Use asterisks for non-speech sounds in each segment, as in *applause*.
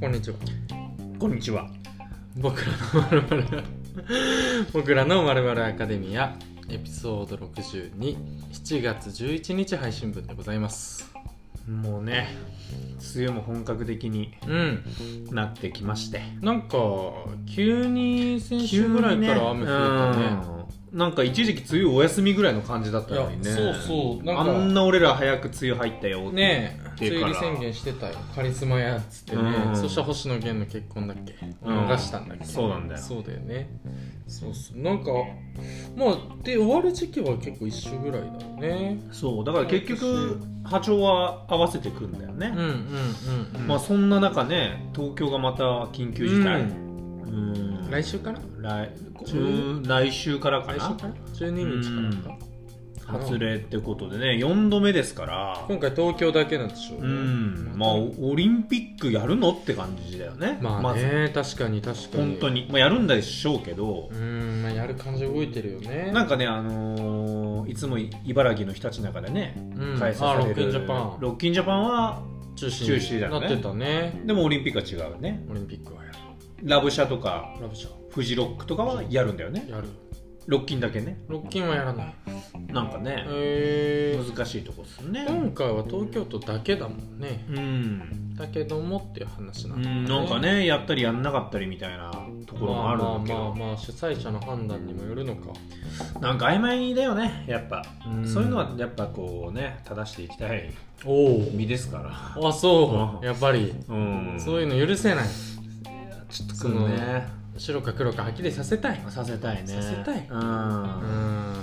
こんにちはこんにちは。僕らのまるまる *laughs* 僕らのまるまるアカデミアエピソード627月11日配信分でございますもうね、梅雨も本格的にうんなってきまして。なんか急に先週ぐらいから雨降ったねうんなんか一時期梅雨お休みぐらいの感じだったのにいね。やそうそうなんあかんな俺ら早く梅雨入ったよ。ねえ出て梅か雨ら入り宣言してたよカリスマやっつってね、うんそしたら星野源の結婚だっけうん逃したんだっけ、そうなんだよそうだよねそうそうなんかまあで終わる時期は結構一緒ぐらいだよねそう、だから結局、波長は合わせてくんだようんうんね。うん、うん、まあそんな中ね、東京がまた緊急事態。ううん来週から来中来週からか来週なから12日からか発令ってことでね4度目ですから今回東京だけなんでしょうんままあオリンピックやるのって感じだよねあまあまずね確かに確かに本当に、まあ、やるんでしょうけどう、んまあやる感じ動いてるよねなんかかね、あのーいつも茨城のひたちなかでね開催さロれックイる、ンジャパンロッキンジャパンは中止中止だになよねってたねでもオリンピックは違うよねオリンピックはやるラブシャとかラブシャフジロックとかはやるんだよねやるロッキンだけねロッキンはやらないなんかね、えー難しいとこっすね今回は東京都だけだもんねうん、だけどもっていう話なうんだねん、なんかねやったりやんなかったりみたいなところもあるんだけど、まあまあまあまあ主催者の判断にもよるのかなんか曖昧だよねやっぱ、うんそういうのはやっぱこうね正していきたいお身ですからおあそうやっぱりうんそういうの許せないちょっとそそののね白か黒かはっきりさせたいさせたいねさせたいううん、だか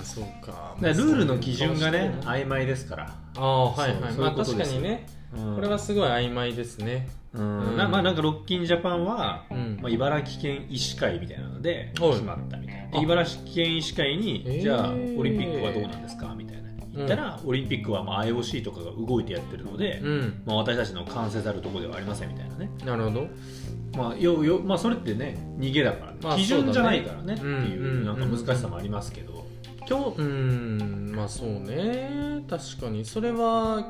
んそうかまあらルールの基準がねあ曖昧ですから、あーはいはいそうまあそういうこと確かですにねうんこれはすごい曖昧ですねうんうんなまあなんかロッキンジャパンは、うんまあ、茨城県医師会みたいなのではい決まったみたいな、であ茨城県医師会に、へーじゃあオリンピックはどうなんですかみたいな言ったら、オリンピックはまあ IOC とかが動いてやってるので、うんまあ、私たちの完成たるところではありませんみたいなねなるほどまあよよまあ、それってね逃げだから、ねまあ基準じゃないからねそっうてだねいううんなんか難しさもありますけど、今日うんまあそうね確かにそれは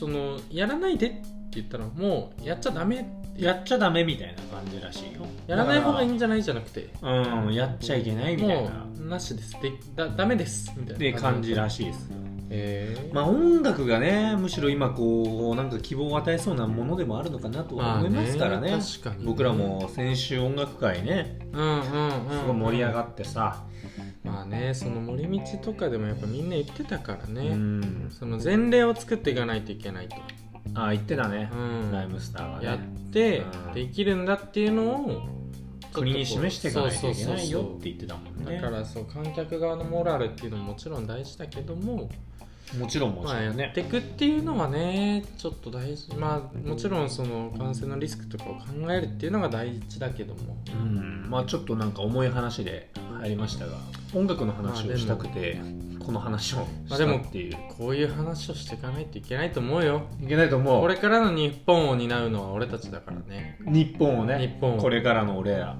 そのやらないでって言ったらもうやっちゃダメやっちゃダメみたいな感じらしいよやらない方がいいだんじゃないじゃなくてからうんやっちゃいけないみたいもなうなしですでだダメですみたいなって感じらしいですよええまあ音楽がねむしろ今こうなんか希望を与えそうなものでもあるのかなとは思いますからね,、確かに僕らも先週音楽会ねうんうんうんすごい盛り上っがってさ、まあねその森道とかでもやっぱみんな言ってたからうね、ん、その前例を作っていかないといけないと、ああ言ってたねう、ん、ライムスターがやねってうんできるんだっていうのを国に示していかないといけないよそうそうそうそうって言ってたもんだねからそう観客側のモラルっていうのももちろん大事だけども、もちろんもちまあ、ろやんねっ、ていくっていうのはねちょっと大事まあもちろんその感染のリスクとかを考えるっていうのが大事だけどもうんまあちょっとなんか重い話で入りましたが音楽の話まあでもをしたくて、この話をまあしでたもっていう、こういう話をしていかないといけないと思うよいけないと思こうれからの日本を担うのは俺たちだからね、日本をね日本をこれからの俺ら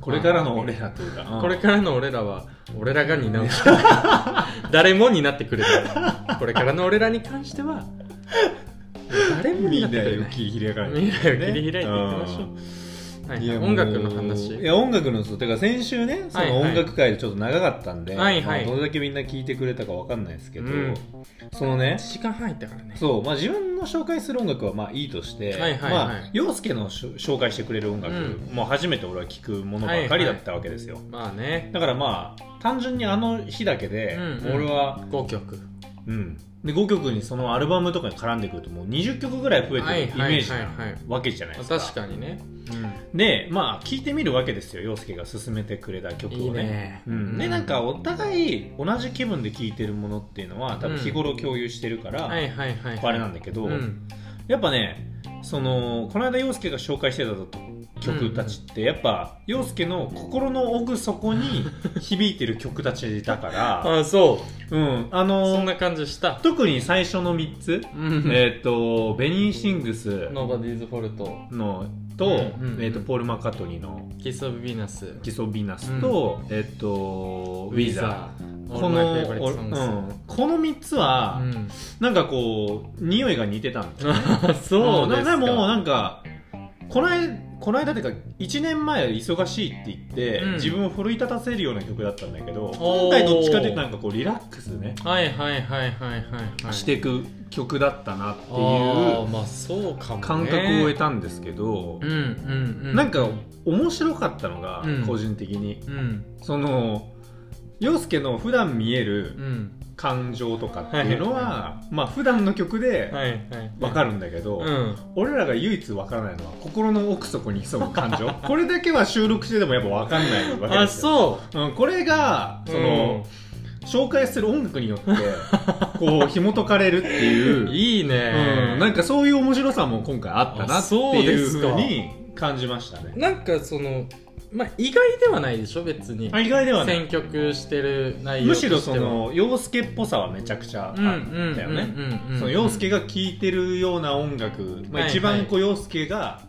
これからの俺らというか、うんこれからの俺らは俺らが担う *laughs* 誰も担ってくれないこれからの俺らに関しては誰も未担ってくれ来なをい切り開かれてる未来を切り開いていきましょうんう、はいいやもう音楽の話いや音楽のそうてか先週ねそはいはのい音楽会でちょっと長かったんで、はいはいまあどれだけみんな聞いてくれたかわかんないですけど、うんそのね1時間半いったからねそう、まあ、自分の紹介する音楽はまあいいとして、はいはいはいまあ、陽介のしょ紹介してくれる音楽、うんもう初めて俺は聞くものばっかりだったわけですよ、まあねだからまあ単純にあの日だけで、うんうんもう俺は、 5曲うん、で5曲にそのアルバムとかに絡んでくるともう20曲ぐらい増えてるイメージはいはいなはいはいわけじゃないですか確かにね、でまあ聴いてみるわけですよ陽介が勧めてくれた曲をねいいねうん、でなんかお互い同じ気分で聴いてるものっていうのは多分日頃共有してるから、はいはいはいあれなんだけど、うんやっぱねそのこの間陽介が紹介してた曲たちってやっぱ陽介の心の奥 *laughs* 底に響いてる曲たちだかああそら、うん、あうそのんな感じした特に最初の3つうんえっ、と「ベニーシングスノーバディーズフォルトの」と,、うんうんうんえー、とポール・マッカートニーのキス・オブ・ヴィーナス「キソ・ビーナスと」えー、とウィザー。ーここの、のうフェイバリットソングスん、この3つは、うんなんかこう匂いが似てたんですよ *laughs* あそうでですでかもなんかこの間この間っていうか1年前忙しいって言って、うん自分を奮い立たせるような曲だったんだけどおー今回どっちかっていうとなんかこうリラックスね、はいはいはいはいはいはいしていく曲だったなっていあーうまあそうかもね感覚を得たんですけど、うんうんうんなんか面白かったのが、うん個人的にうんその陽介の普段見えるうん感情とかっていうのは、はいまあ普段の曲ではいはいわかるんだけど、うん俺らが唯一わからないのは心の奥底に潜む感 *laughs* 情これだけは収録してでもやっぱわかんないわけあですよそうん、これがうその、紹介する音楽に *laughs* よってこう紐解かれるってうんいう、いいねうん、なんかそういう面白さも今回あったなあってそういでうすふかうに感じましたねなんかそのまあ意外ではないでしょ別にあ意外ではない選曲してる内容とむししてろはその洋介っぽさはめちゃくちゃあっうたんうよんね、うんうんうんその洋介が聴いてるような音楽、まはいあ、一番こう洋介が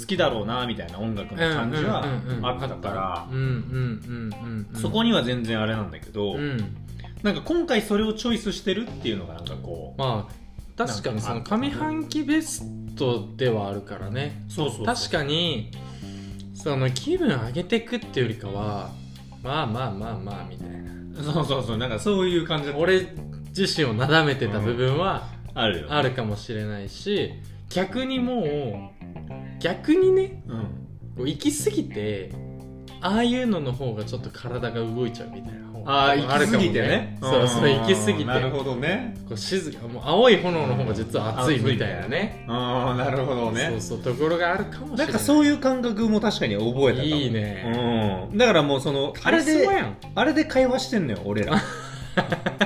好きだろうなみたいな音楽の感じはうんうんうんうんあったからうんうんうんうんうんそこには全然あれなんだけど、うんなんか今回それをチョイスしてるっていうのがなんかこう、まあ確かにその上半期ベストではあるからねそうそう確かにその気分上げてくっていうよりかはまあまあまあまあみたいなそうそうそうなんかそういう感じだった俺自身をなだめてた部分はあるよあるかもしれないし逆にもう逆にねうん、こう行き過ぎてああいうのの方がちょっと体が動いちゃうみたいな方ああ行き過ぎてねあるかもそうそう行き過ぎてなるほどねこう静かもう青い炎の方が実は熱いみたいなねああなるほどねそうそうところがあるかもしれなないんかそうういう感覚も確かに覚えたかもいいね、うん、だからもうそのあれでやんあれで会話してんのよ俺らうん *laughs*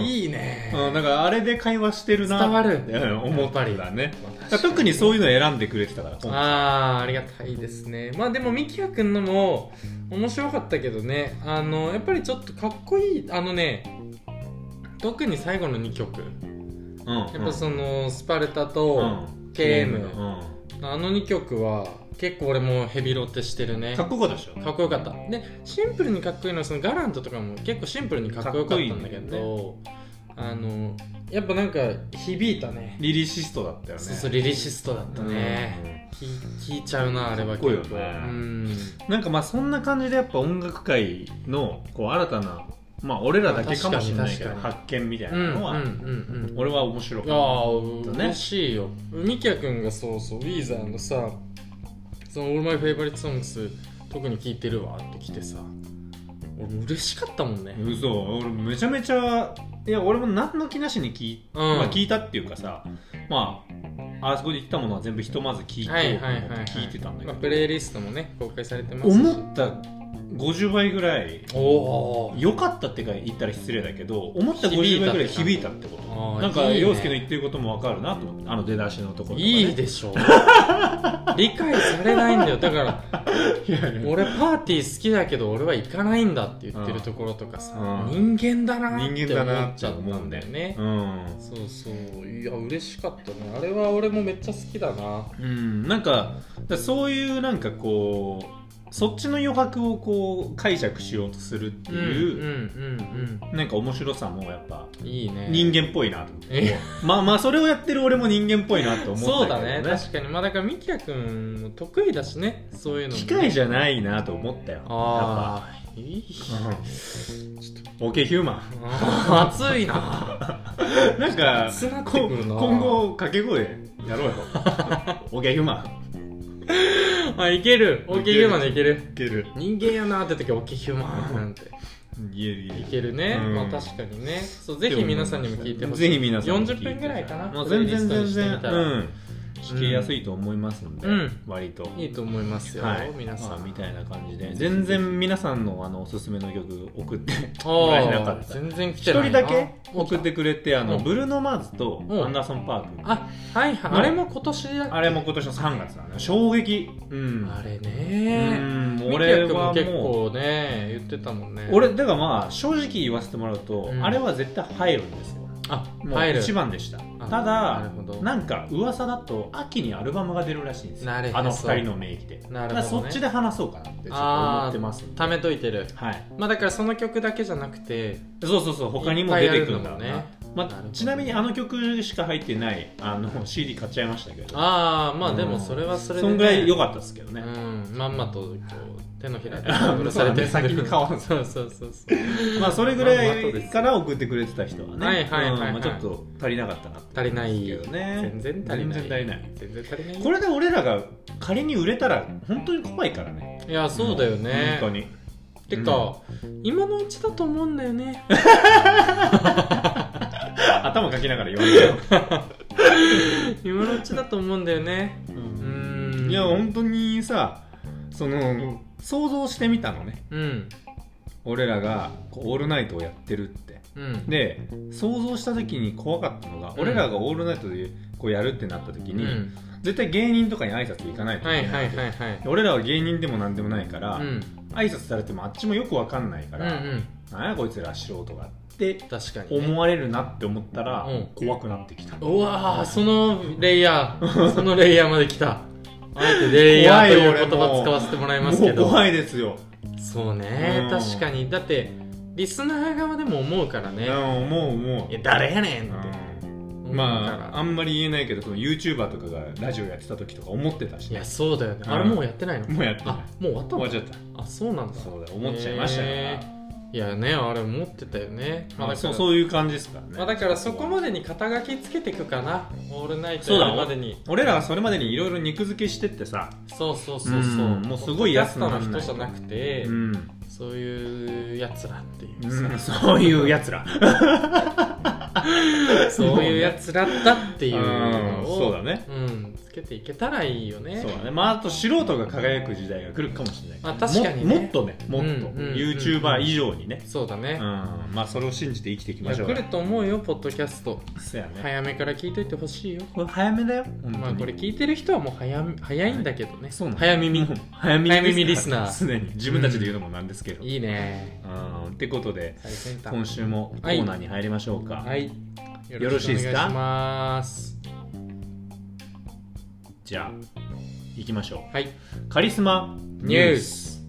いいね、うん、なんかあれで会話してるな伝わるうん思ったりだねまあだから特にそういうの選んでくれてたから今回あーありがたいですねまあでもみきやくんのも面白かったけどねあのやっぱりちょっとかっこいいあのね特に最後の2曲うんやっぱのその、スパルタと、KM あの2曲は結構俺もヘビロテしてるねかっこよかったでしょかっこよかったでシンプルにかっこいいのはそのガラントとかも結構シンプルにかっこよかったんだけかっどあのやっぱなんか響いたねリリシストだったよねそうそうリリシストだったね、き聞いちゃうなあれは結構かっこいいよねうんなんかまあそんな感じでやっぱ音楽界のこう新たなまあ俺らだけかもしれないけどまあ確かに確かに発見みたいうなんうんのうんはうん俺は面白いかやっー嬉しいよみきやくんがそうそうウィーザーのさその「オールマイフェイバリットソングス特に聴いてるわって来てさ俺嬉しかったもんねた嘘俺めちゃめちゃいや俺も何の気なしに聞い,、うんまあ、聞いたっていうかさまああそこで言ってたものは全部ひとまず聞いておはいこうとはい思はい、はっい、て聞いてたんだけまどあ、プレイリストもね公開されてますし思った50倍ぐらいおお良かったって言ったら失礼だけど思った50倍ぐらい響いたってこあとーなんかいいね陽介の言ってることも分かるなと思ってあの出だしのところとかねいいで *laughs* しょ理解されないんだよだからいやいや俺パーティー好きだけど俺は行かないんだって言ってるところとかさ、う人間だなって人間だ思なっっちてゃった思うんんだだよよね、うんそうそういや嬉しかったねあれは俺もめっちゃ好きだなうんなんかだそういうなんかこうそっちの余白をこう解釈しようとするってうんうんいう、うんなんか面白さもやっぱうんいいね人間っぽいなと思って、えまあまあそれをやってる俺も人間っぽいなと思ったけ *laughs* ど、そうだね確かにまあだからみきやくんも得意だしねそういうのもね機械じゃないなと思ったよやっああいいぱ、うん、OK ヒューマンあー熱いななんか熱なってくこるな今後掛け声やろうよオーケーヒューマンあいけるオッケーヒューマンでいけるいける人間やなーって時はオッケーヒューマンなんていえるいいえけるね、うんまあ確かにねそうぜひ皆さんにも聞いてほしいぜひ皆さんも聞い40分ぐらいかな、もうプレ全イリス然ト全にしてみ然たらうん聞きやすいと思いますんで、うん割といいと思いますよ、はい皆さまあんみたいな感じで全然皆さんのあのおすすめの曲 *laughs* 送ってもらえなかあっーた全然来一てない人なだけ送ってくれてあの、うんブルーノ・マーズとうんアンダーソン・パーク、あはいはい、うんあれも今年だあれも今年の3月だね衝撃うんあれうねんミキ俺ヤ君もは結もう構ね言ってたもんね俺だからまあ正直言わせてもらうと、うんあれは絶対入るんですよあもう入る1番でしたあたなるだほどなんか噂だと秋にアルバムが出るらしいんですよなるへそあの2人の名義でなだるかほど、らね、そっちで話そうかなってちょっと思ってますあー貯めといてるはいまあだからその曲だけじゃなくてそうそうそう他にも出てくるんだろういっぱいあなるまなるほあどちなみにあの曲しか入ってないあの CD 買っちゃいましたけどああまあでもそれはそれで、そんぐらい良かったですけどねうん、まんまとこう手のひらで *laughs* あぶらされてるそうだね先に顔 *laughs* そうそうそうそうまあそれぐらいから送ってくれてた人はねはいはいはいはいうんまあちょっと足りなかったなって足りないけどね全然足りない全然足りない全然足りないこれで俺らが仮に売れたら本当に怖いからねいやそうだよね本当にてか、今のうちだと思うんだよね *laughs* 頭かきながら言われちゃう今のうちだと思うんだよねうーんいや本当にさその想像してみたのねうん俺らがこうオールナイトをやってるってうんで想像した時に怖かったのが、うん俺らがオールナイトでこうやるってなった時うに、ん絶対芸人とかに挨拶行かないといけはなはいいいはいはい俺らは芸人でも何でもないから、うん挨拶されてもあっちもよくわかんないかうんうら、んなんやこいつら素人がって確かに、ね、思われるなって思ったら、うん怖くなってきたうわーそのレイヤ *laughs* ーそのレイヤーまで来たあえてレイヤーという言怖いよ俺も葉う使わせてもらいますもけうど怖いですよ、そうね、うん確かにだってリスナー側でも思うからうね、ん、もうもいや誰やねんってう、思うん、うまあからあんまり言えないけどその YouTuber とかがラジオやってた時とか思ってたしいねやそうだよね、うんあれもうやってないのもうやってないあもう終わった終わのっちゃったあそうなんだそうだ思っちゃいましたから、へいやねあれ持ってたよね、まあ、まだあ、かそらうそういう感じですからね、まあ、だからそこまでに肩書きつけていくかなオールナイトそうだやるまでに俺らはそれまでにいろいろ肉付けしてってさ、そうそうそうそううんもうすごいやつポなッんドなキャスいターの人じゃなくて、うんそういうやつらっていうさ、 *laughs* そういうやつらそういうやつらだっていうのをうんそうだねうん、つけていけたらいいよねそうだねまああと素人が輝く時代が来るかもしれないまあ確かにねももっとねもっと、うんうんうん YouTuber 以上にね、そうだうねん、まあそれを信じて生きていきいまやしょう来ると思うよポッドキャストそうやね、早めから聞いといてほしいよこれ早めだよまあこれ聞いてる人はもう早め早いんだけどね、そうなの早耳もう早耳早耳リス *laughs* ナーすでに自分たちで言うのもなんですけど、いいねうんってことで最先端今週もコーナーに入りましょうか、はいよろしいですよろかくお願いしますじゃあ行きましょはいうカリスマニュース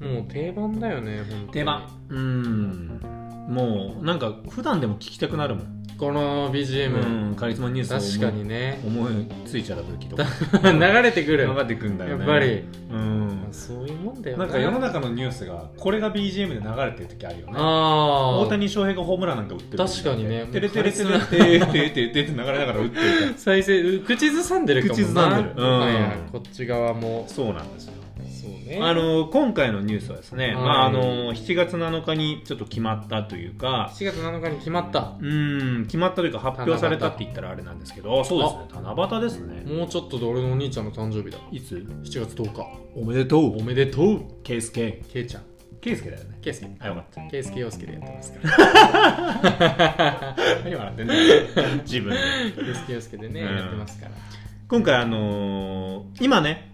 もう定番だよね本当に定番うんもうなんか普段でも聞きたくなるもん、この BGM、うん、カリスマニュース確かにね思いついちゃった時とか流れてくる流れてくんだやよっねぱり、うんそういうもんだよなんか世の中のニュースがこれが BGM で流れてる時あるよねああ大谷翔平がホームランなんか打ってる時確かにねテレテレテレテレテレテレテレって流れながら打ってるか再生口ずさんでるかもな口ずさんでるうんいやこっち側もらそうなんですよそうねあの今回のニュースはですね、はいまあ、あの7月7日にちょっと決まったというか7月7日に決まったうーん決まったというか発表されたって言ったらあれなんですけどあそうですね七夕ですねもうちょっとで俺のお兄ちゃんの誕生日だいつ7月10日おめでとおめでとうケイスケけいちゃんケイスケだよねけいすけあよ *laughs* かったけいすけようすけでやってますから *laughs* 何笑ってんだ自分でけいすけようすけでね、うんやってますから今回あのー今ね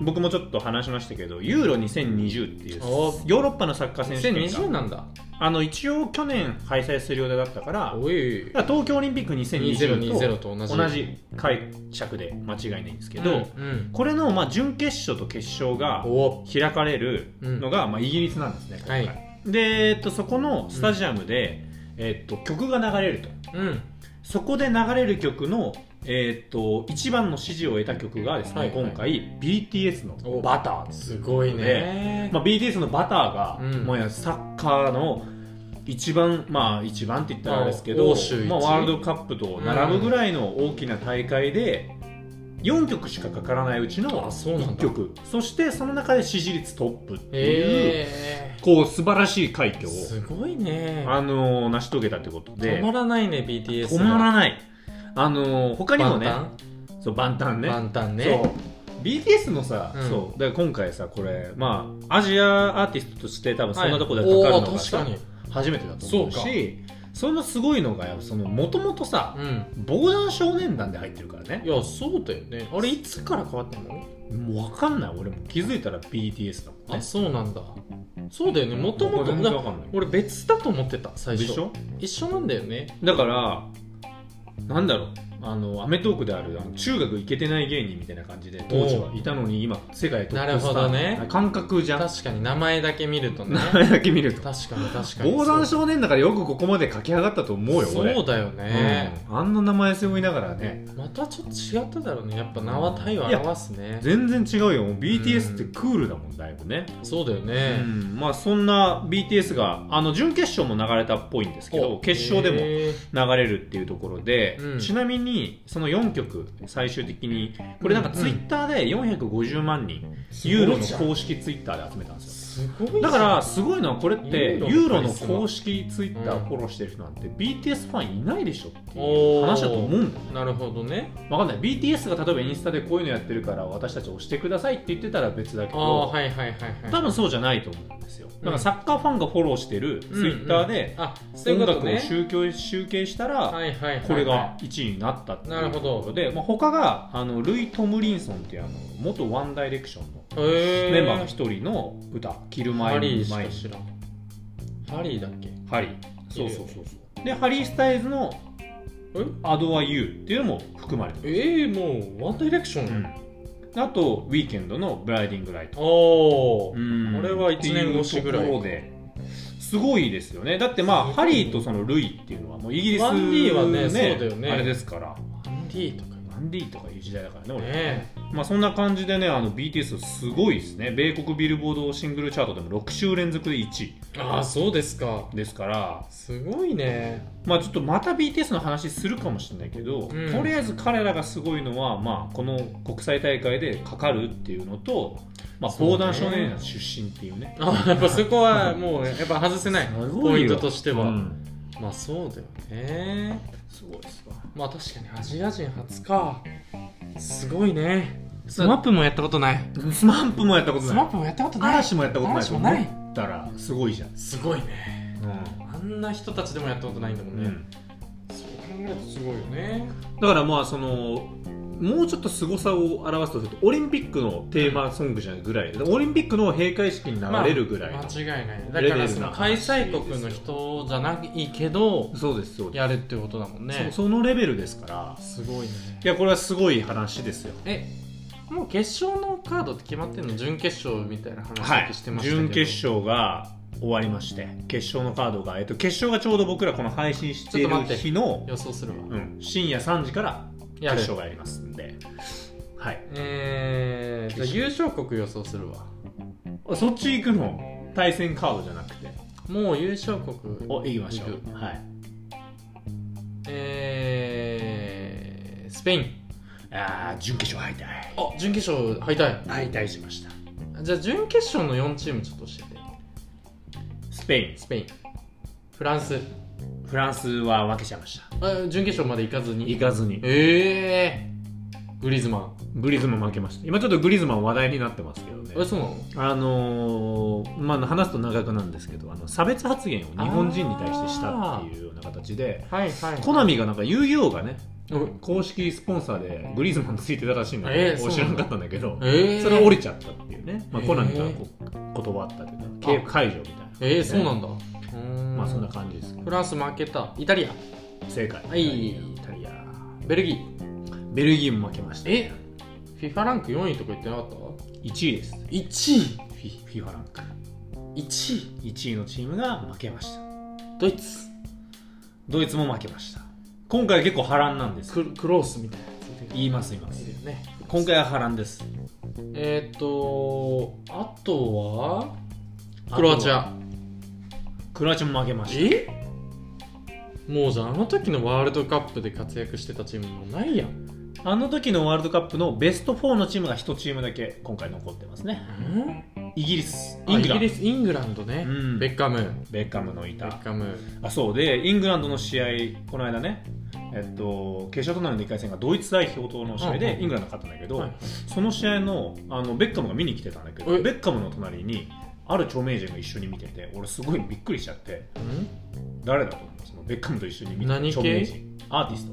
僕もちょっと話しましたけどユーロ2020っていうおヨーロッパのサッカー選手権2020がなんだあの一応去年開催する予定だったからおいだから東京オリンピック2020 2020と同とじ同じ解釈で間違いないんですけけど、うんこれのまあ準決勝と決勝がうん、お開かれるのが、まあ、イギリスなんですね今回、はで、えっと、そこのスタジアムで、えっと、曲が流れるとうんそこで流れる曲の、えっと一番の支持を得た曲がですね、はいはい今回 BTS おの「バターですごいね、まあ、BTS の「バターが」うんもうサッカーの一番まあ一番って言ったらあれですけまあど欧州、一まあ、ワールドカップと並ぶぐらいの大きな大会で4曲しかかからないうちのあそうなんだ1曲そしてその中で支持率トップっていう、えこう素晴らしい快え挙を、すごいねあのー成し遂げたってことで止まらないね BTS 止まらいないあのー他にもね万そう万端端ね万端ねそう BTS のさ、うんそうだから今回さこれまあアジアアーティストとして多分そんなとこではいかかるのおがー確さ、かに初めてだと思うそうしそれもすごいのがもともとさうん防弾少年団で入ってるからねいやそうだよねあれいつから変わったの、もう分かんない俺も気づいたら BTS だもんあねそうなんだそうだよねもともと全然分かんない俺別だと思ってた最で初しょ一緒なんだよねだからなんだろうあの『アメトーーク』であるあの中学行けてない芸人みたいな感じで当時はいたのに今世界トップスターなるほどね感覚じゃ *laughs* ん確かに名前だけ見るとね *laughs* 名前だけ見ると確かに確かに防弾少年だからよくここまで駆け上がったと思うよ俺そうだよね、うんあんな名前背負いながらねまたちょっと違っただろうねやっぱ名は体を表すね全然違うよもう BTS ってクールだもんだいぶね、そうだようね、んまあそんな BTS があの準決勝も流れたっぽいんですけどお決勝でもへー流れるっていうところで、うんちなみにその4曲最終的にこれなんかツイッターで450万人、ユーロの公式ツイッターで集めたんですよすごいじゃんだからすごいのはこれってユユーーロロののカリスマ公式ツイッターをフォローしてる人なんて BTS ファンいないでしょっていうおー話だと思うんだなよるほどねわかんない BTS が例えばインスタでこういうのやってるから私たち押してくださいって言ってたら別だけあど、あはいはいはいはい多分そうじゃないと思うんですようだからんサッカーファンがフォローしてるツイッターであそうい音うこと楽をね集計集計したらはいはいはいはいこれが1位になったっていうなるほどことで、まあ、他があのルイ・トムリンソンっていうあの元ワンダイレクションのへーメンバーの一人の歌「キルマハイリールしマイかル知らんハリーだっけハリー」そういるそようねそうそうでハリー・スタイルズの「アドア・ユー」っていうのも含まれてる、ええもうワンダイレクションやん、うんあとウィーケンドの「ブライディング・ライト」おーここれは一年越しぐらいですごいですよねだってまあすハごいリーとそのルイっていうのはもうイギリスワンディーはねそうだよねあれですからアンディとかねワンディーとかいう時代だからね俺えまあそんな感じでねあの BTS すごいですね米国ビルボードシングルチャートでも6週連続で1位ああそうですかですからすごいねまあちょっとまた BTS の話するかもしれないけど、うんとりあえず彼らがすごいのはまあこの国際大会でかかるっていうのと、まあ、そうね防弾少年団出身っていうねあやっぱそこはもうやっぱ外せない *laughs* すごいよポイントとしては、うんまあそうだよねすごいですわまあ確かにアジア人初かすごいねスマップもやったことないスマンプもやったことスマなッいプもやったことない嵐もやったことない嵐もないと思ったらすごいじゃん、すごいねうあんな人たちでもやったことないんだもんんね、そう考えるとすごいよねだからまあそのもうちょっと凄さを表すとするとオリンピックのテーマソングじゃないぐらいオリンピックの閉会式に流れるぐらいの、間違いないレだベかルならその開催国の人じゃないけどそうですそうですやるってことだもんねそそのレベルですからすごいねいやこれはすごい話ですよえもう決勝のカードって決まってんの準決勝みたいな話だけしてましたけど、準決勝が終わりまして決勝のカードが、えっと、決勝がちょうど僕らこの配信してちいょっとる待って日の、予想するわ、うん、深夜3時からや決る勝がやりますんではいえー、じゃあ優勝国予想するわあそっち行くの対戦カードじゃなくてもう優勝国お行きましょ行うはいえー、スペインあー準決勝敗退あ準決勝敗退敗退しましたじゃあ準決勝の4チームちょっと教えてスペイスペインフランスンフランスは負けちゃいましたあ準決勝まで行かずに行かずにええー、グリーズマグリズマン負けました今ちょっとグリズマン話題になってますけどねンえそうなのあのーまあ、話すと長くなんですけどあの差別発言を日本人に対してしたっていうような形ではいはいコナミがなんか UU がねお公式スポンサーでグリズマンついてたらしいんだえけーど、そうなん知だらなかったんだけど、えー、それ降りちゃったっていうね、まあ、えーコナミがこう断ったというか契約解除みたいな、えー、そうなんだ、まあそんなうー感じですけどフランス負けたイタリア正解はいイタリアイタリアベルギーベルギーも負けましたえ FIFA ランク4位とか言ってなかった1位です ?1 FIFA ランク位 !1 位1位のチームが負けましたドイツドイツも負けました今回は結構波乱なんですククロースみたいなやつ言います言いますいるよね今回は波乱ですえっ、ー、とあとはクロアチアクロアチアも負けましたえもうじゃああの時のワールドカップで活躍してたチームもうないやんあの時のワールドカップのベスト4のチームが1チームだけ今回残ってますねイギリスイングイギランドリスイングランドね、うんベッカムベッカムのいベッたカムあそうでイングランドの試合この間ねえっと、決勝トーナメント1回戦がドイツ代表との試合うんうんでうんイングランドが勝ったんだけど、はいその試合のあのベッカムが見に来てたんだけどえベッカムの隣にある著名人が一緒に見てて俺すごいびっくりしちゃってうん誰だと思うそのベッカムと一緒に見た何系著名人アーティスト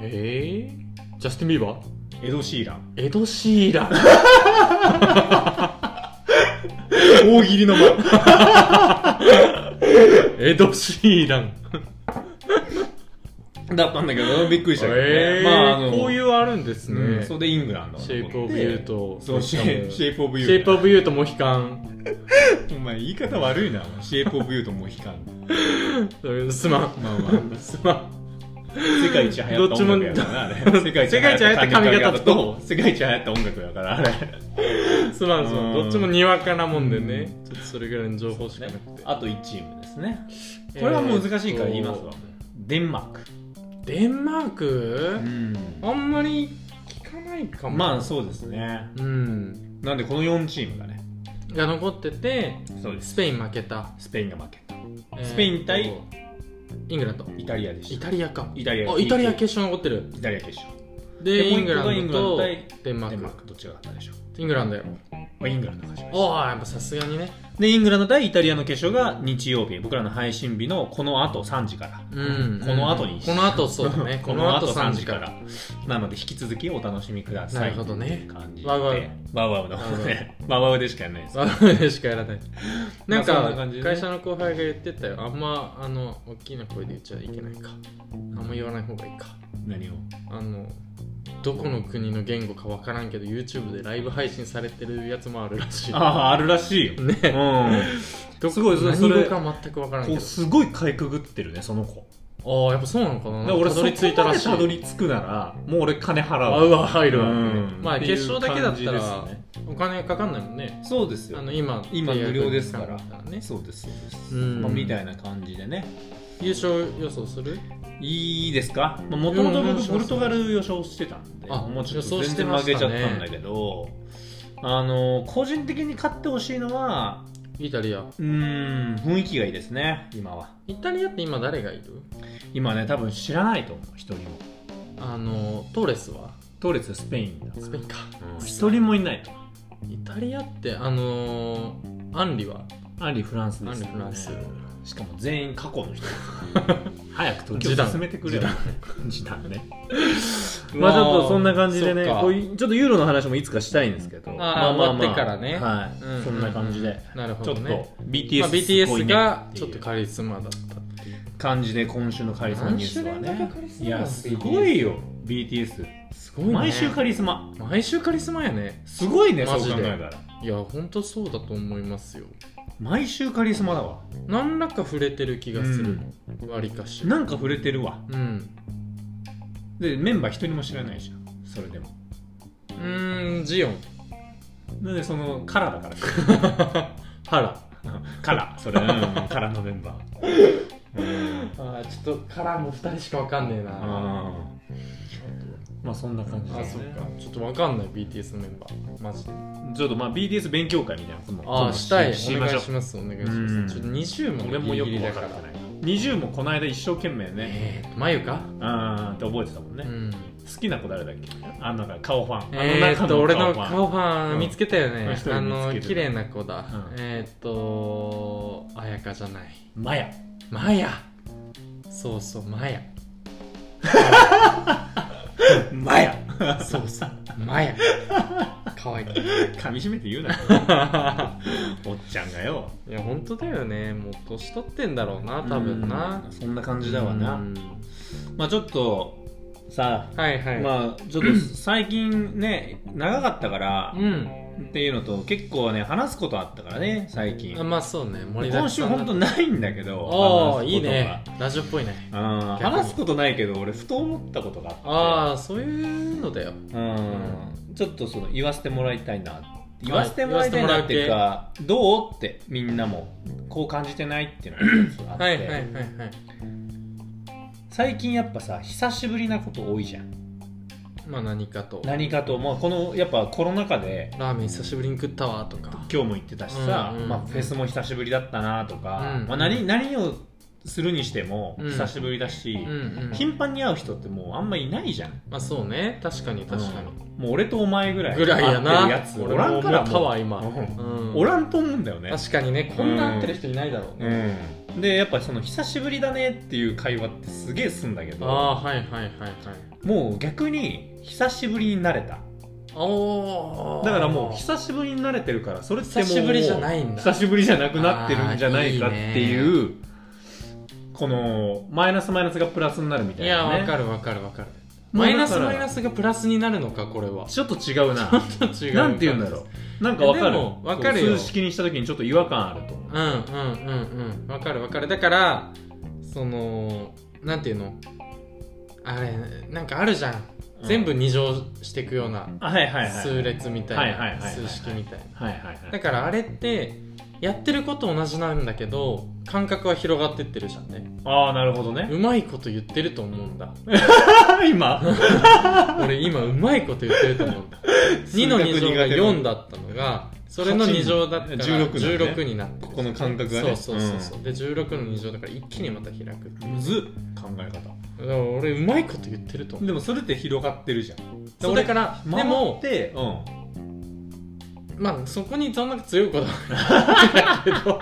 えー、ジャスティン・ビーバーエド・シーランエド・シー *laughs* ラン大喜利の間 *laughs* エド・シーランだったんだけどびっくりしたけどね、えーまああのこういうあるんですね、うん、それでイングランドシェイプオブユーとそうシェイシェイプオブユーシェイプ・オブ・ユーとモヒカンお前言い方悪いなお前シェイプオブユーとモヒカンすまんまあまあすまん世界一流行った音楽やから *laughs* なあれ世界世界一流行った髪型と世界一流行った音楽やからあれすまんすまうんんどっちもにわかなもんでねちょっとそれぐらいの情報しかなくてあと1チームですねこれはもう難しいから言いますわ、デンマークデンマークんあんまり聞かないかもまあそうですねうんなんでこの4チームがねが残っててそうでスペイン負けた、スペインが負けたえースペイン対イングランドイタリアでイしたタリアかイタリアあイタリア決勝残ってるイタリア決勝ででイングランドとポイントがイングランドデンマデンマーーククどっちが勝ったでしょうイングランドよまあイングランドが勝ちましたおーやっぱさすがにねでイングランド対イタリアの決勝が日曜日僕らの配信日のこの後3時から、うんこの後にこの後そうだ *laughs* ねここのの後後3 3時時かかららなので引き続きお楽しみくださいなるほどねっていう感じでわうわうわうわうの方ねわうわうでしかやらないですでしかやらないなんまあかそんな感じでね会社の後輩が言ってたよあんまあの大きな声で言っちゃいけないかあんま言わない方がいいか何をあのどこの国の言語かわからんけど YouTube でライブ配信されてるやつもあるらしいあああるらしいよ、ねうどこすごいそれ何語か全くわからんん、けこどうすごいかいくぐってるねその子ああやっぱそうなのかなだから俺たどり着いたらしいそこまでたどり着くならもう俺金払うあうわ入るわ、うんまあ決勝だけだったっていうら感じですねお金かかんないもんねそうですよあの今今契約無料ですから期間だったねそうですそうです、うんまあ、みたいな感じでね優勝予想するいいですかもともとうんうん僕ポルトガル予想してたんであもうちょっと予想全して然ま負したけねちゃったんだけど、あの個人的に勝ってほしいのはイタリアうーん雰囲気がいいですね今はイタリアって今誰がいる今ね多分知らないと思う一人もあのトーレスはトーレススペインだスペインかうん一人もいないと思うイタリアってあのーアンリはアンリフランスアでンすリよねフランスしかも全員過去の人 *laughs* 早く時を進めてくれよ時短ねまあちょっとそんな感じでねそっかこういうちょっとユーロの話もいつかしたいんですけどまあまあまあ終わってからねはい、うんそんな感じで、なるほちょどっとね BTS,、まあ、BTS がちちょょっっととカリスマだったっていう感じで今週のカリスマニュースは何週連ね続カリスマいやすごいよ BTS すごいね毎週カリスマ毎週カリスマやねすごいねそうマ考ジでえたらいやほんとそうだと思いますよ毎週カリスマだわ何らか触れてる気がするわり、割かしなんか触れてるわうんでメンバー一人も知らないじゃんそれでもうーんジオンなんでそのカラーだから *laughs* ハラカラーそれ、うん、カラーのメンバーうんあーちょっとカラーも2人しかわかんねえなあーまあそんな感じあですそっねかちょっとわかんない BTS メンバーマジでちょっとまあ BTS 勉強会みたいなこともああしたいしおまし願ょいうしますお願いしうんますちょっと20も俺もよくギリギ分リかだらかならい20もこの間一生懸命ねえーまゆかあーって覚えてたもんね、う好んきな子誰だっけあの中顔ファンあのえーっと俺のファン顔ファうんン見つけたようんね一人見つけてあの綺麗な子だうんえーっとあやかじゃないマヤマヤそうそうマヤマヤそう *laughs* そうマヤ可愛い噛み締め *laughs* て言うなよおっちゃんがよいや本当だよねもう年取ってんだろうな多分なうんそんな感じだわな、うんまあちょっとさはいはいまあちょっと最近ね長かったからうんっていうのと結構ね話すことあったからね最近あまあそうね盛りだ今くさ週ん本当ないんだけどああ話すことがいいねラジオっぽいねうん逆に話すことないけど俺ふと思ったことがあってああそういうのだようんちょっとその言わせてもらいたいな言わせてもらいたいなっていう言かどうってみんなもこう感じてないっていうのが一つあって、はいはいはいはい最近やっぱさ久しぶりなこと多いじゃんまあ何かと何かと、まあ、このやっぱコロナ禍でラーメン久しぶりに食ったわとか今日も行ってたしさ、うんうんまあ、フェスも久しぶりだったなとか、うんまあ、何何をするにしてもうん久しぶりだし、うんうん頻繁に会う人ってもうあんまいないじゃんまあそうね確かに確かに、うんもう俺とお前ぐらいぐらいやな会ってるやつおらんか俺も思らったもうわ今、ううんん、おらんと思うんだよね確かにねこんな会ってる人いないだろうね、うんでやっぱその久しぶりだねっていう会話ってすげえすんだけあどあはいはいはいはいもう逆に久しぶりになれたおーだからもう久しぶりになれてるからそれってもう久しぶりじゃないんだ久しぶりじゃなくなってるんじゃないかってあいうこのマイナスマイナスがプラスになるみたいいやな、ね、わかるわかるわかるマイナスマイナススがプラスになるのかこれはちょっと違うなちょっと違う *laughs* なんて言うんだろうなんかわかでるもわかるよこう数式にした時にちょっと違和感あると思ううんうんうんうんわかるわかるだからそのなんていうのあれなんかあるじゃん、うん全部二乗していくようなあはいはいはい数列みたいはいはいなはいはい数式みたいなはいはいはいだからあれってやってること同じなんだけど感覚は広がってってるじゃんねああなるほどねうまいこと言ってると思うんだ *laughs* 今俺今うまいこと言ってると思 *laughs* うんだ2の2乗が4だったのがそれの2乗だったら16だね16になってるここの感覚がねそうそうそうそう、で16の2乗だから一気にまた開くだかむずっ考え方ら俺うまいこと言ってると思うでもそれって広がってるじゃんそうだからでもで *laughs* もまあそこにそんな強いことはないんだけど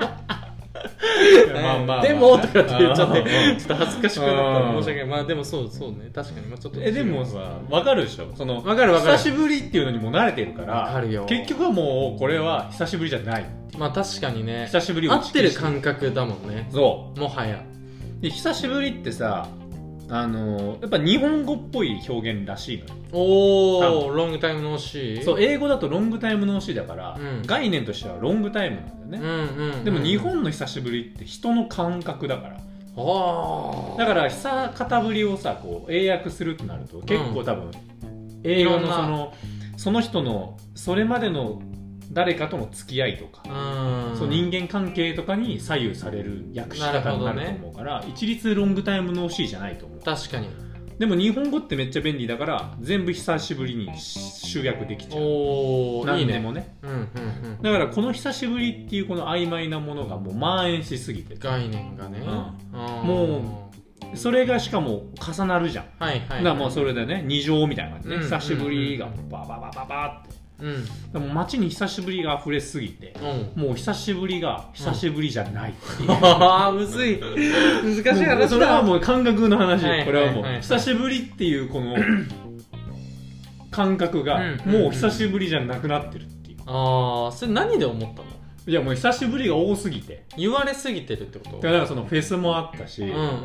うんまあまあまあでもとかって言っちゃっうてん *laughs* ちょっと恥ずかしくなったら申し訳ないまあでもそうそうね確かにまあちょっとえでもさわかるでしょそのわかるわかる久しぶりっていうのにも慣れてるからわかるよ結局はもうこれは久しぶりじゃないまあ確かにね久しぶりを合打ちって消るして感覚だもんねそもはやうで久しぶりってさあのやっぱ日本語っぽい表現らしいのよおおロングタイムの C そう英語だとロングタイムの C だから、うん概念としてはロングタイムなんだようんね、うんうんでも日本の久しぶりって人の感覚だからあだから久方ぶりをさこう英訳するってなると結構多分、い英ろ語んのなそのその人のそれまでの誰かとの付き合いとか、あうんそう人間関係とかに左右される訳し方になると思うから、一律ロングタイムの C じゃないと思う確かにでも日本語ってめっちゃ便利だから全部久しぶりに集約できちゃうおおいい何でねもねうんうんうんだからこの久しぶりっていうこの曖昧なものがもう蔓延しすぎてる概念がねうんあーもそれがしかも重なるじゃんはいはいだからもうそれでね二乗みたいな感じね、うん久しぶりがバババババってうんうんでも街に久しぶりが溢れすぎて *laughs* もう久しぶりが久しぶりじゃないっていう、ああむずい難しい話もうだそれはもう感覚の話、はいこれはもう、はいはい久しぶりっていうこ *coughs* の感覚がうんもう久しぶりじゃなくなってるっていうああそれ何で思ったのいやもう久しぶりが多すぎて言われすぎてるってことだからそのフェスもあったし、うんうんうんうん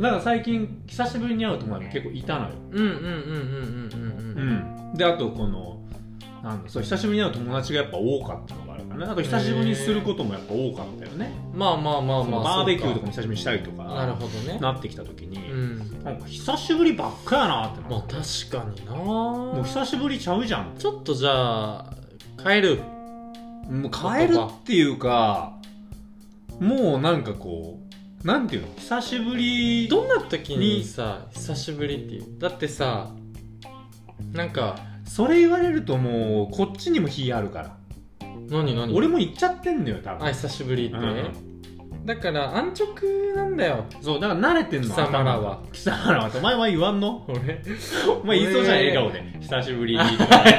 だから最近久しぶりに会う友達も結構いたのよ、うんうんうんうんうんうんうんであとこのなんだそう久しぶりに会う友達がやっぱ多かったのがあるからねあと久しぶりにすることもやっぱ多かったよね、まあまあまあまそのあバーベキューとそかも久しぶりにしたりとかうかなるほどねなってきた時に、うんなんか久しぶりばっかやなってなって、まあ確かになもう久しぶりちゃうじゃんちょっとじゃあ帰るもう変えるっていうかもうなんかこうなんていうの久しぶりどんな時にさ久しぶりっていうだってさなんかそれ言われるともうこっちにも火あるから何何俺も行っちゃってんのよ多分あ久しぶりって、うんだから安直なんだよそうだから慣れてんの貴様らは貴様らはってお前は言わんの俺 *laughs* お前言いそうじゃん俺笑顔で久しぶ *laughs* りは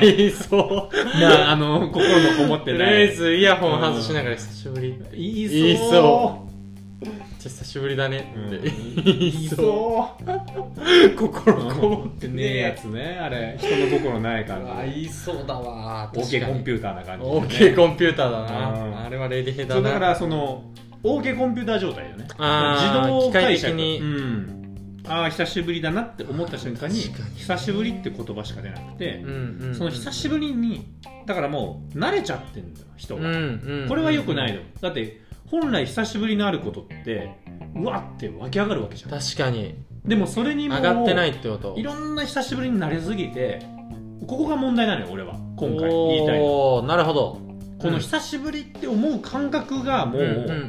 い *laughs* そうなあの心のこもっとてりなあえいずイヤホン外しながら久しぶりって言い言いそそうじゃ久しぶりだねうんって、言いそう *laughs* う心こもってねえやつねあれ人の心ない感あじ言いそうだわ OK コンューピューターな感じオーケーコンピューターだうんなあれはレディヘだそうなだからその OK コンピューター状態だよねあー自動解釈機械的にうんああ久しぶりだなって思った瞬間に確かに久しぶりって言葉しか出なくて、うんうんその久しぶりにだからもう慣れちゃってんだよ人うんが、うんこれは良くないよのだって本来久しぶりのあることってうわって湧き上がるわけじゃん確かにでもそれにも上がってないってこといろんな久しぶりに慣れすぎてここが問題なのよ俺は今回おー言いたいのはなるほどこの久しぶりって思う感覚がもうんうんうんううんう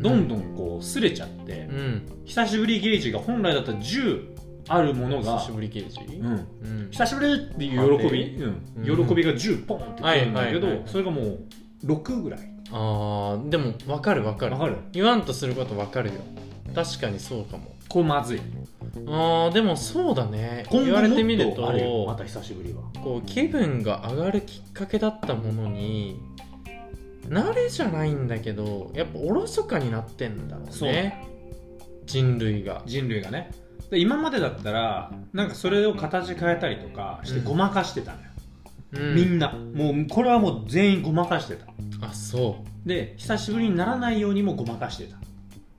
んどんどんこうすれちゃってうん久しぶりゲージが本来だったら10あるもの久がしぶりゲージうんうん久しぶりっていう喜び、うんうん喜びが10ポンってくるんだはいはいけど、はいそれがもう6ぐらいあーでも分かる分かるわかる言わんとすること分かるよ確かにそうかもこれまずいあーでもそうだね今後言われてみるもっあるよまとた久しぶりはこう気分が上がるきっかけだったものに慣れじゃないんだけどやっぱおろそかになってんだろうそうね人類が人類がねで今までだったらなんかそれを形変えたりとかしてうんごまかしてたのよ、うんみんなもうこれはもう全員ごまかしてたあそで久しぶりにならないようにもごまかしてた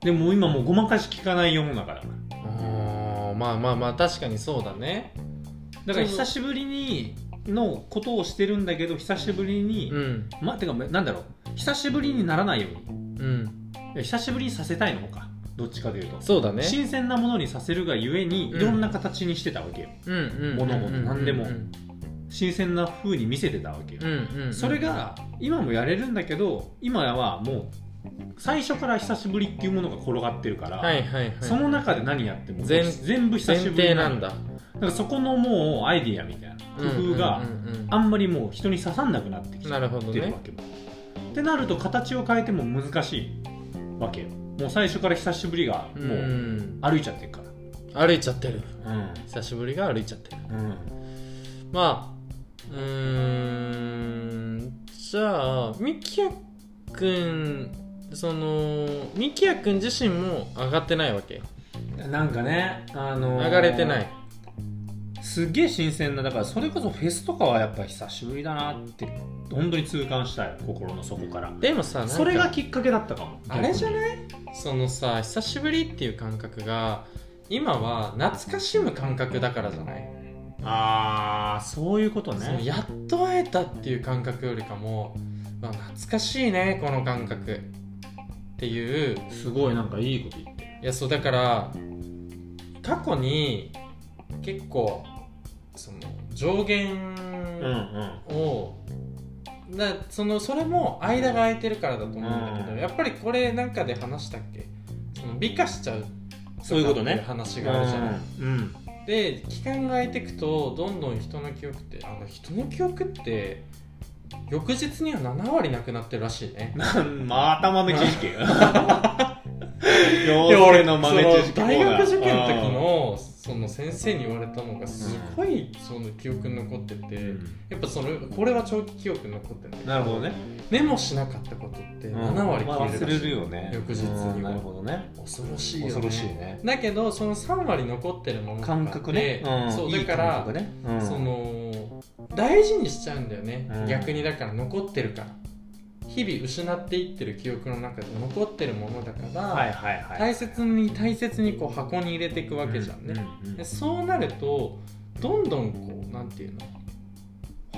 でも今もうごまかし効かない世の中だからうあーまあまあまあ確かにそうだねだから久しぶりにのことをしてるんだけど久しぶりに、うんまあてかなんだろう久しぶりにならないようにうんいや久しぶりにさせたいのかどっちかというと、そうだね新鮮なものにさせるがゆえにうんいろんな形にしてたわけよ、うんうん物事何でもうん新鮮な風に見せてたわけよ、うんうんうんそれが今もやれるんだけど今はもう最初から久しぶりっていうものが転がってるから、はいはいはいその中で何やっても全全部久前しぶり提なんだだからそこのもうアイディアみたいな工夫がうんうんうんうんあんまりもう人に刺さんなくなってきてなるほどってるねわけも、ってなると形を変えても難しいわけよもう最初から久しぶりがもううん歩いちゃってるか歩いちゃってるらうん久しぶりが歩いちゃってるうんまあうーんじゃあみきやくんそのみきやくん自身も上がってないわけなんかね、あのー上がれてないすげえ新鮮なだからそれこそフェスとかはやっぱ久しぶりだなって本当に痛感したい心の底からでもさなんかそれがきっかけだったかもあれじゃないそのさ久しぶりっていう感覚が今は懐かしむ感覚だからじゃない、あーそういうことそのねやっと会えたっていう感覚よりかも、まあ、懐かしいねこの感覚っていうすごいなんかいいこと言っていやそうだから過去に結構その上限うんうんを、なそのそれも間が空いてるからだと思うんだけど、うんやっぱりこれなんかで話したっけその美化しちゃうそういうことねって話があるじゃない、うんで期間が空いてくとどんどん人の記憶ってあの人の記憶って翌日には7割なくなってるらしいねなんまあ、頭の知 *laughs* 識いや妖俺精の豆知識その大学受験の時のその先生に言われたのがすごいその記憶に残ってて、やっぱそのこれは長期記憶に残ってうるんなるほどねメモしなかったことって7割まあ消える忘られしいる、よね翌日にはうんなるほどね恐ろしいよね恐ろしいねだけどその3割残ってるものとかって感覚ねんそういだいから感覚ねうんその大事にしちゃうんだよね、うん逆にだから残ってるから日々失っていってる記憶の中で残ってるものだから、はいはいはい大切に大切にこう箱に入れていくわけじゃんね、ううでそうなるとどんどんこうなんていうの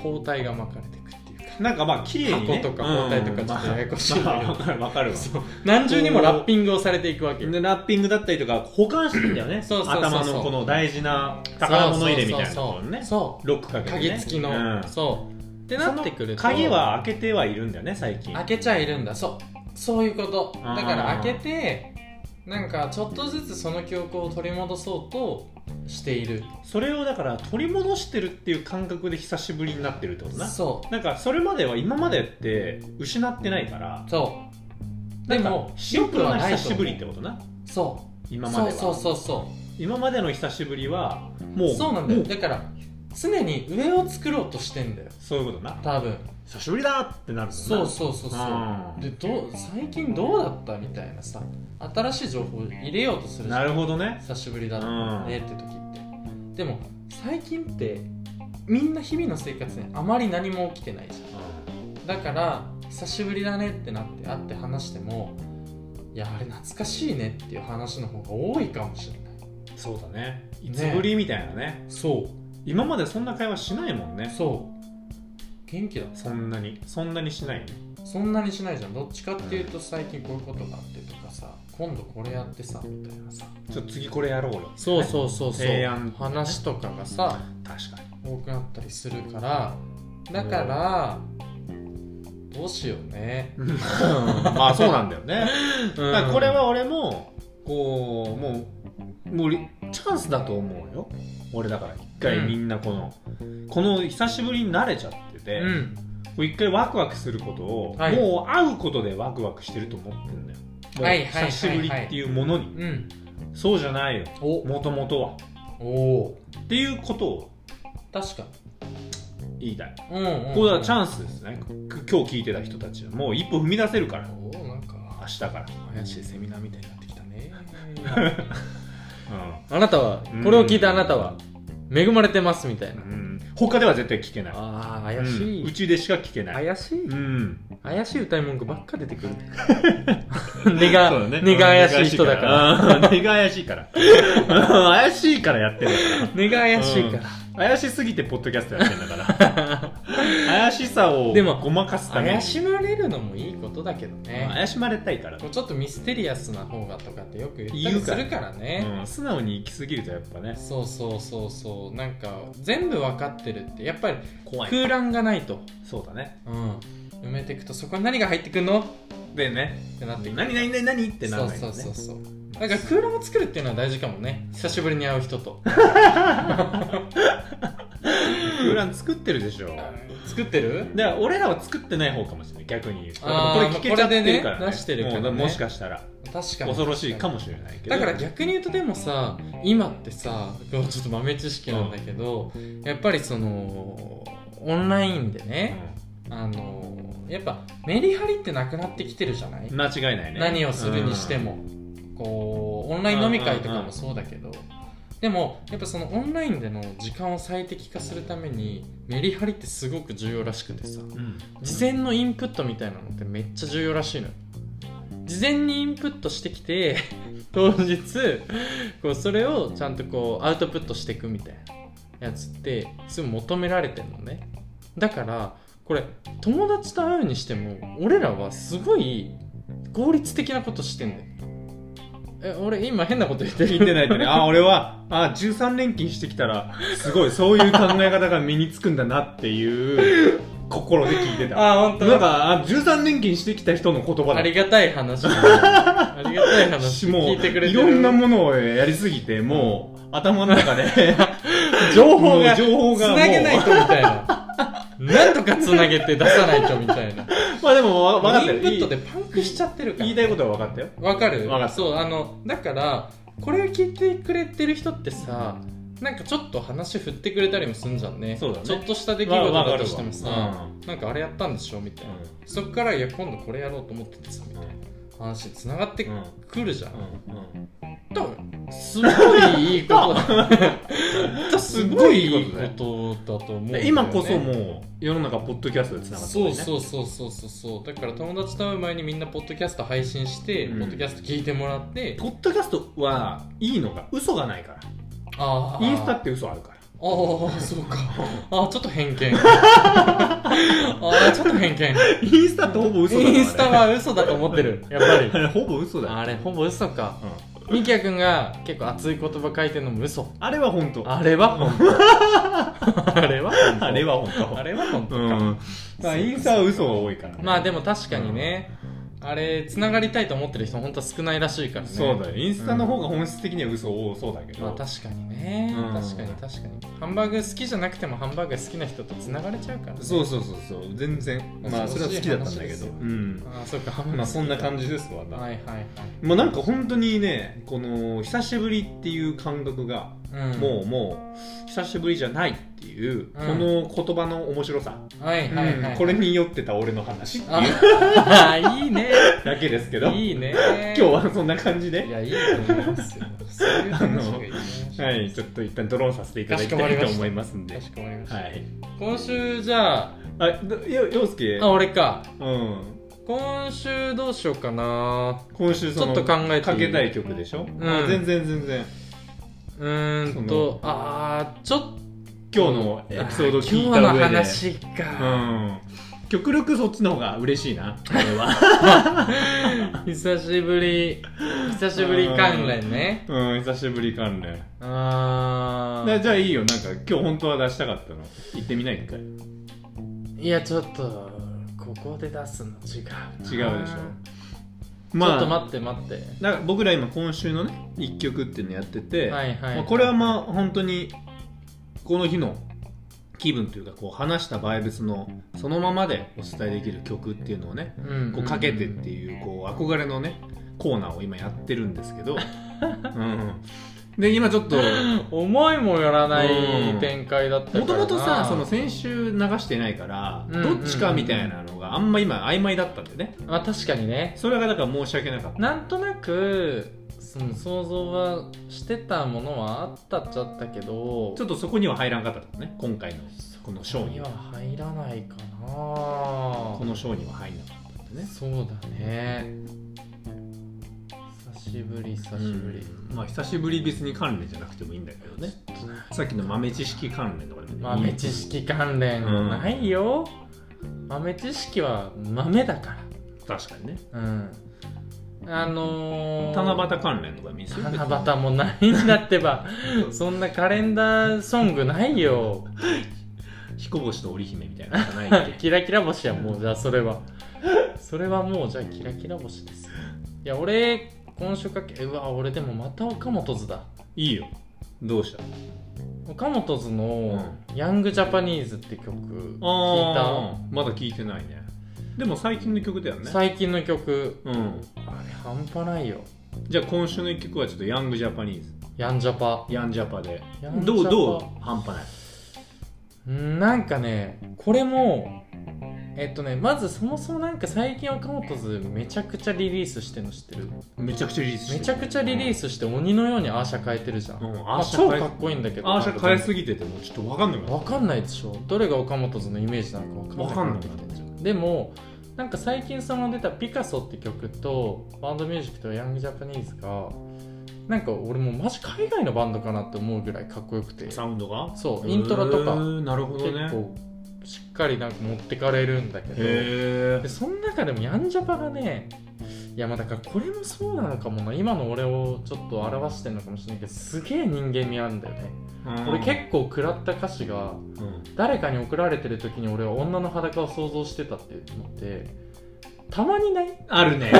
包帯が巻かれていくっていうかなんかまあ綺麗に、ね、箱とか包帯とかちょっとややこしいんだけどわかるわかるわそう何重にもラッピングをされていくわけよでラッピングだったりとか保管してんだよねそうそうそうそう頭のこの大事な宝物入れみたいなところにねそうロックかけて、ね、鍵付きの、うんそうってなってくるとその鍵は開けてはいるんだよね最近開けちゃいるんだそうそういうことあーだから開けてなんかちょっとずつその記憶を取り戻そうとしているそれをだから取り戻してるっていう感覚で久しぶりになってるってことなそなんかそれまでは今までって失ってないからうそうでなんもかシ良ンくプルはなないと久し思ぶうりってことなそ今うまでそはうそうそうそ今までの久しぶりはもううそうなんだよもだから常に上を作ろうとしてんだよそういうことな多分久しぶりだってなるもんなそうそうそうそううんでどう最近どうだったみたいなさ新しい情報を入れようとするじゃんなるほどね久しぶりだうんねって時ってでも最近ってみんな日々の生活にあまり何も起きてないじゃんだから久しぶりだねってなって会って話してもいやあれ懐かしいねっていう話の方が多いかもしれないそうだねいつぶりみたいなねそ今までそんな会話しないもんうねそう元気だそんなにそんなにしないねそんなにしないじゃんどっちかっていうと最近こういうことがあってとかさ今度これやってさみたいなさちょっと次これやろうよそううそうそうそう、提案話とかがさ確かに多くなったりするからだから、どうしようね、うん *laughs* まあそうなんだよねだからこれは俺もこうもうもうチャンスだと思うよ俺だから一回みんなこの、この久しぶりに慣れちゃってて、うんここう一回ワクワクすることを、はいもう会うことでワクワクしてると思ってんだよもうはいはいはいはい久しぶりっていうものにうんそうじゃないよおもともとはおーっていうことを確か言いたいにうんうん、うん、これはチんャンスですねく今日聞いてた人たちはもう一歩踏み出せるからおーなんか明日から、怪しいセミナーみたいになってきたね *laughs* うあなたはこれを聞いたあなたは恵まれてますみたいなん他では絶対聞けないあー怪しい、うんうちでしか聞けない怪しい、うん怪しい歌い文句ばっか出てくる根が、そうだね根が怪しい人だからうん根が怪しいからうん *laughs* 怪しいからやってる根が怪しいから、から怪しすぎてポッドキャストやってんだから *laughs* 怪しさをでもごまかすために怪しまれるのもいいことだけどね、怪しまれたいからこうちょっとミステリアスな方がとかってよく言ったりするからねうん素直に行き過ぎるとやっぱねそうそうそうそうなんか全部分かってるってやっぱり怖い空欄がないと、そうだねうん、埋めていくとそこに何が入ってくんのでねってなってくる何何何何ってならないよそうねそうそうそうだから空欄を作るっていうのは大事かもね久しぶりに会う人と空欄作ってるでしょ作ってるだから俺らは作ってない方かもしれない逆に言うとあーこれ聞けちゃってるから、これでね出してるからねもうもしかしたら確かに恐ろしいかもしれないけどだから逆に言うとでもさ今ってさこうちょっと豆知識なんだけど、やっぱりそのオンラインでね、あのやっぱメリハリってなくなってきてるじゃない、うん間違いないね何をするにしても、こうオンライン飲み会とかもそうだけど、でもやっぱそのオンラインでの時間を最適化するためにメリハリってすごく重要らしくてさうん、うん事前のインプットみたいなのってめっちゃ重要らしいのよ事前にインプットしてきて当日こうそれをちゃんとこうアウトプットしていくみたいなやつってすごい求められてるのねだからこれ友達と会うにしても俺らはすごい効率的なことしてんだよえ俺今変なこと言ってる聞いてないとねあ俺はあ13連勤してきたらすごいそういう考え方が身につくんだなっていう心で聞いてたあ本当なんかあ13連勤してきた人の言葉あだりがたい話 *laughs* ありがたい話も聞いてくうれいてるろんなものをやりすぎてもう頭の中で情報がもう情報がもつうなげないとみたいな *laughs* なんとかつなげて出さないとみたいなまあでも *laughs* わ分かったインよプットでパンクしちゃってるから言いたいことは分かったよわかるわかったそうあのだからこれを聞いてくれてる人ってさなんかちょっと話振ってくれたりもすんじゃんねそうだねちょっとした出来事わわかだとるわしてもさ、なんかあれやったんでしょみたいな、そっからいや今度これやろうと思っててさみたいな話につながってうんくるじゃん、うんうん多分すごいいいこと *laughs* だすごいいいことだと思うんだよね、で今こそもう世の中ポッドキャストでつながってるそねうそうそうそうそうそうだから友達と会う前にみんなポッドキャスト配信して、うんポッドキャスト聞いてもらってポッドキャストはいいのが嘘がないからあーインスタって嘘あるからああそう *laughs* かああちょっと偏見ああちょっと偏見インスタってほぼ嘘だからねインスタは嘘だと思ってるやっぱり *laughs* ほぼ嘘だよあれほぼ嘘かうんみきやくんが結構熱い言葉書いてるのも嘘あれは本当あれは本当あれは本当 *laughs* あれは本あ当れは本当うんか、だからインスタは嘘が多いからねまあでも確かにね、あれつながりたいと思ってる人本当は少ないらしいからねそうだよインスタの方が本質的には嘘多そうだけまあど確かにね、うん確かに確かにハンバーグ好きじゃなくてもハンバーグ好きな人とつながれちゃうから、ね、そうそうそうそう全然まあそれは好きだったんだけ恐ろしい話でどすようんああそうかハンバーグまあそんな感じですわなはいはいはいもうなんか本当にねこの久しぶりっていう感覚が、うん、もうもう久しぶりじゃないっていう、この言葉の面白さ、うはいはいはい、うんこれに酔ってた俺の話っていうあいい *laughs* ねだけですけどいいね今日はそんな感じいで、やいいと思いますよそういう話がいいねはい、ちょっと一旦ドローンさせていただきたいと思いますんでかしこまりました、はい今週じゃああどよ陽介あ俺かうん今週どうしようかな今週そのちょっと考えていいかけたい曲でしょ、んあ全然全然うーんとあーちょっと今日のエピソード聞いた今上日ので話か、うん極力そっちの方が嬉しいな俺は久しぶり久しぶり関連ね *laughs* うん、久しぶり関連。あだーじゃあいいよ、なんか今日本当は出したかったの。行ってみない一回。違ういやちょっとここで出すの違うでしょ。ちょまっあ、と待って待ってなんか僕ら今今週のね、一曲っていうのやってて、はいはいまあこれはまあ本当に、この日の気分というかこう話したバイブスのそのままでお伝えできる曲っていうのをねうんこうかけてっていうこう憧れのねコーナーを今やってるんです *laughs* けど、うん、で今ちょっと *laughs* 思いもよらない展開だったからなもともとさその先週流してないからうんうんうどんっちかみたいなのがあんま今曖昧だったんだよねまあ確かにねそれがだから申し訳なかったなんとなくその想像はしてたものはあったっちゃったけどちょっとそこには入らんかったね今回のこのショーににはは入らないかなこのショーには入んなかったんだねそうだね久しぶり久しぶり、うんまあ久しぶり別に関連じゃなくてもいいんだけどねちょっとなさっきの豆知識関連とかでもね豆知識関連、うんないよ豆知識は豆だか確かにねらうんあのー、七夕関連とか見せ七夕もないんだってばそんなカレンダーソングないよ彦星と織姫みたいなのじゃないっけキラキラ星はもうじゃあそれはそれはもうじゃあキラキラ星ですよいや俺今週かけうわ俺でもまた岡本図だいいよどうした岡本図の「ヤングジャパニーズ」って曲聞いあたーまだ聞いてないねでも最近の曲だよね最近の曲うんあれ半端ないよじゃあ今週の一曲はちょっとヤングジャパニーズヤンジャパヤンジャパでヤンジャパどうどう半端ないうんなんかねこれもえっとねまずそもそもなんか最近岡本図めちゃくちゃリリースしてるの知ってるめちゃくちゃリリースしてめちゃくちゃリリーススして鬼のようにアーシャ変えてるじゃん、うんまあアーシャ超変えかっこいいんだけどああじゃ変えすぎててもうちょっと分かんなくなっわかんないでしょどれが岡本図のイメージなのかわかんないわかんなくなっちゃでもなんか最近その出た「ピカソ」って曲とバンドミュージックと「ヤングジャパニーズが」なんか俺もうマジ海外のバンドかなって思うぐらいかっこよくてたサウンドがそうイントロとかへーなるほど結ね構しっかりなんか持ってかれるんだけどへでその中でもヤンジャパがねいやまあだからこれもそうなのかもな今の俺をちょっと表してるのかもしれないけどすげえ人間味あるんだよねえ俺結構食らった歌詞が構、うん誰かに送られてる時に俺は女の裸を想像してたっていうのってたまにないあ *laughs* るね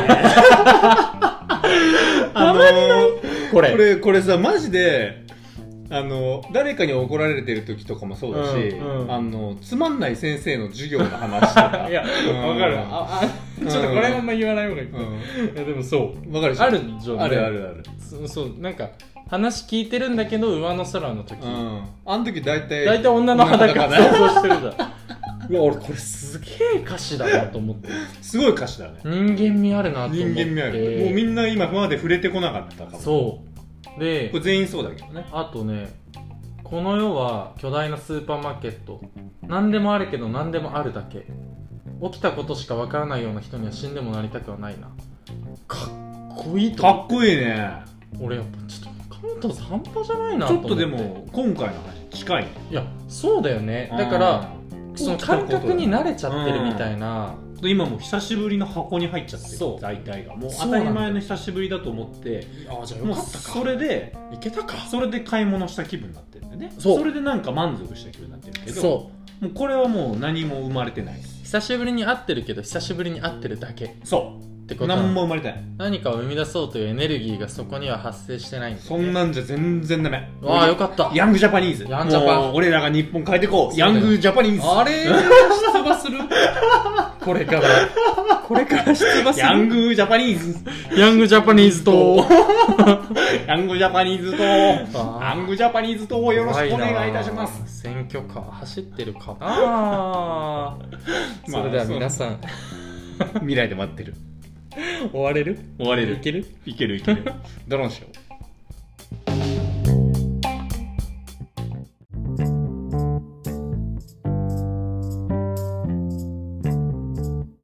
たまにないここれれこれさマジであの誰かに怒られてる時とかもそうだし、うんうんあのつまんない先生の授業の話とかいやうんわかるああちょっとこれあんま言わない方がいい,、ういんやでもそうわかるでしょあるじゃんあるあるあるそそうなんか話聞いてるんだけど上の空の時うんあの時大体大体女の裸女の想裸像してるじゃんいや俺これすげえ歌詞だなと思ってすごい歌詞だね人間味あるなと思って人間味ある、もうみんな今まで触れてこなかったかもそうでこれ全員そうだけどねあとねこの世は巨大なスーパーマーケット何でもあるけど何でもあるだけ起きたことしかわからないような人には死んでもなりたくはないなかっこいいとか思っこいいねう俺やっぱちょっとカウント半端じゃないなちとょ思っってとでも今回の話近いねいやそうだよねだからうんその感覚に慣れちゃってるみたいな、今もう久しぶりの箱に入っちゃってるそう大体がもうそう当なたんだり前の久しぶりだと思ってああじゃあもうそれでいけたかそれで買い物した気分になってるんでねそうれでなんか満足した気分になってるけどそもうこれはもう何も生まれてないう久しぶりに会ってるけど久しぶりに会ってるだけっそてこうとは何も生まれてない何かを生み出そうというエネルギーがそこには発生してないんだそんなんじゃ全然ダメわあよかったヤングジャパニーズヤンジャパンもう俺らが日本変えてそうこうだヤよングジャパニーズあれ出馬するこれからこれから出馬するヤングジャパニーズヤングジャパニーズとヤングジャパニーズとヤングジャパニーズとよろしくお願いいたしますす選挙カー走ってるかなそれでは皆さん未来で待ってる終われる終われるいける *laughs* いけるいけるドローンしよう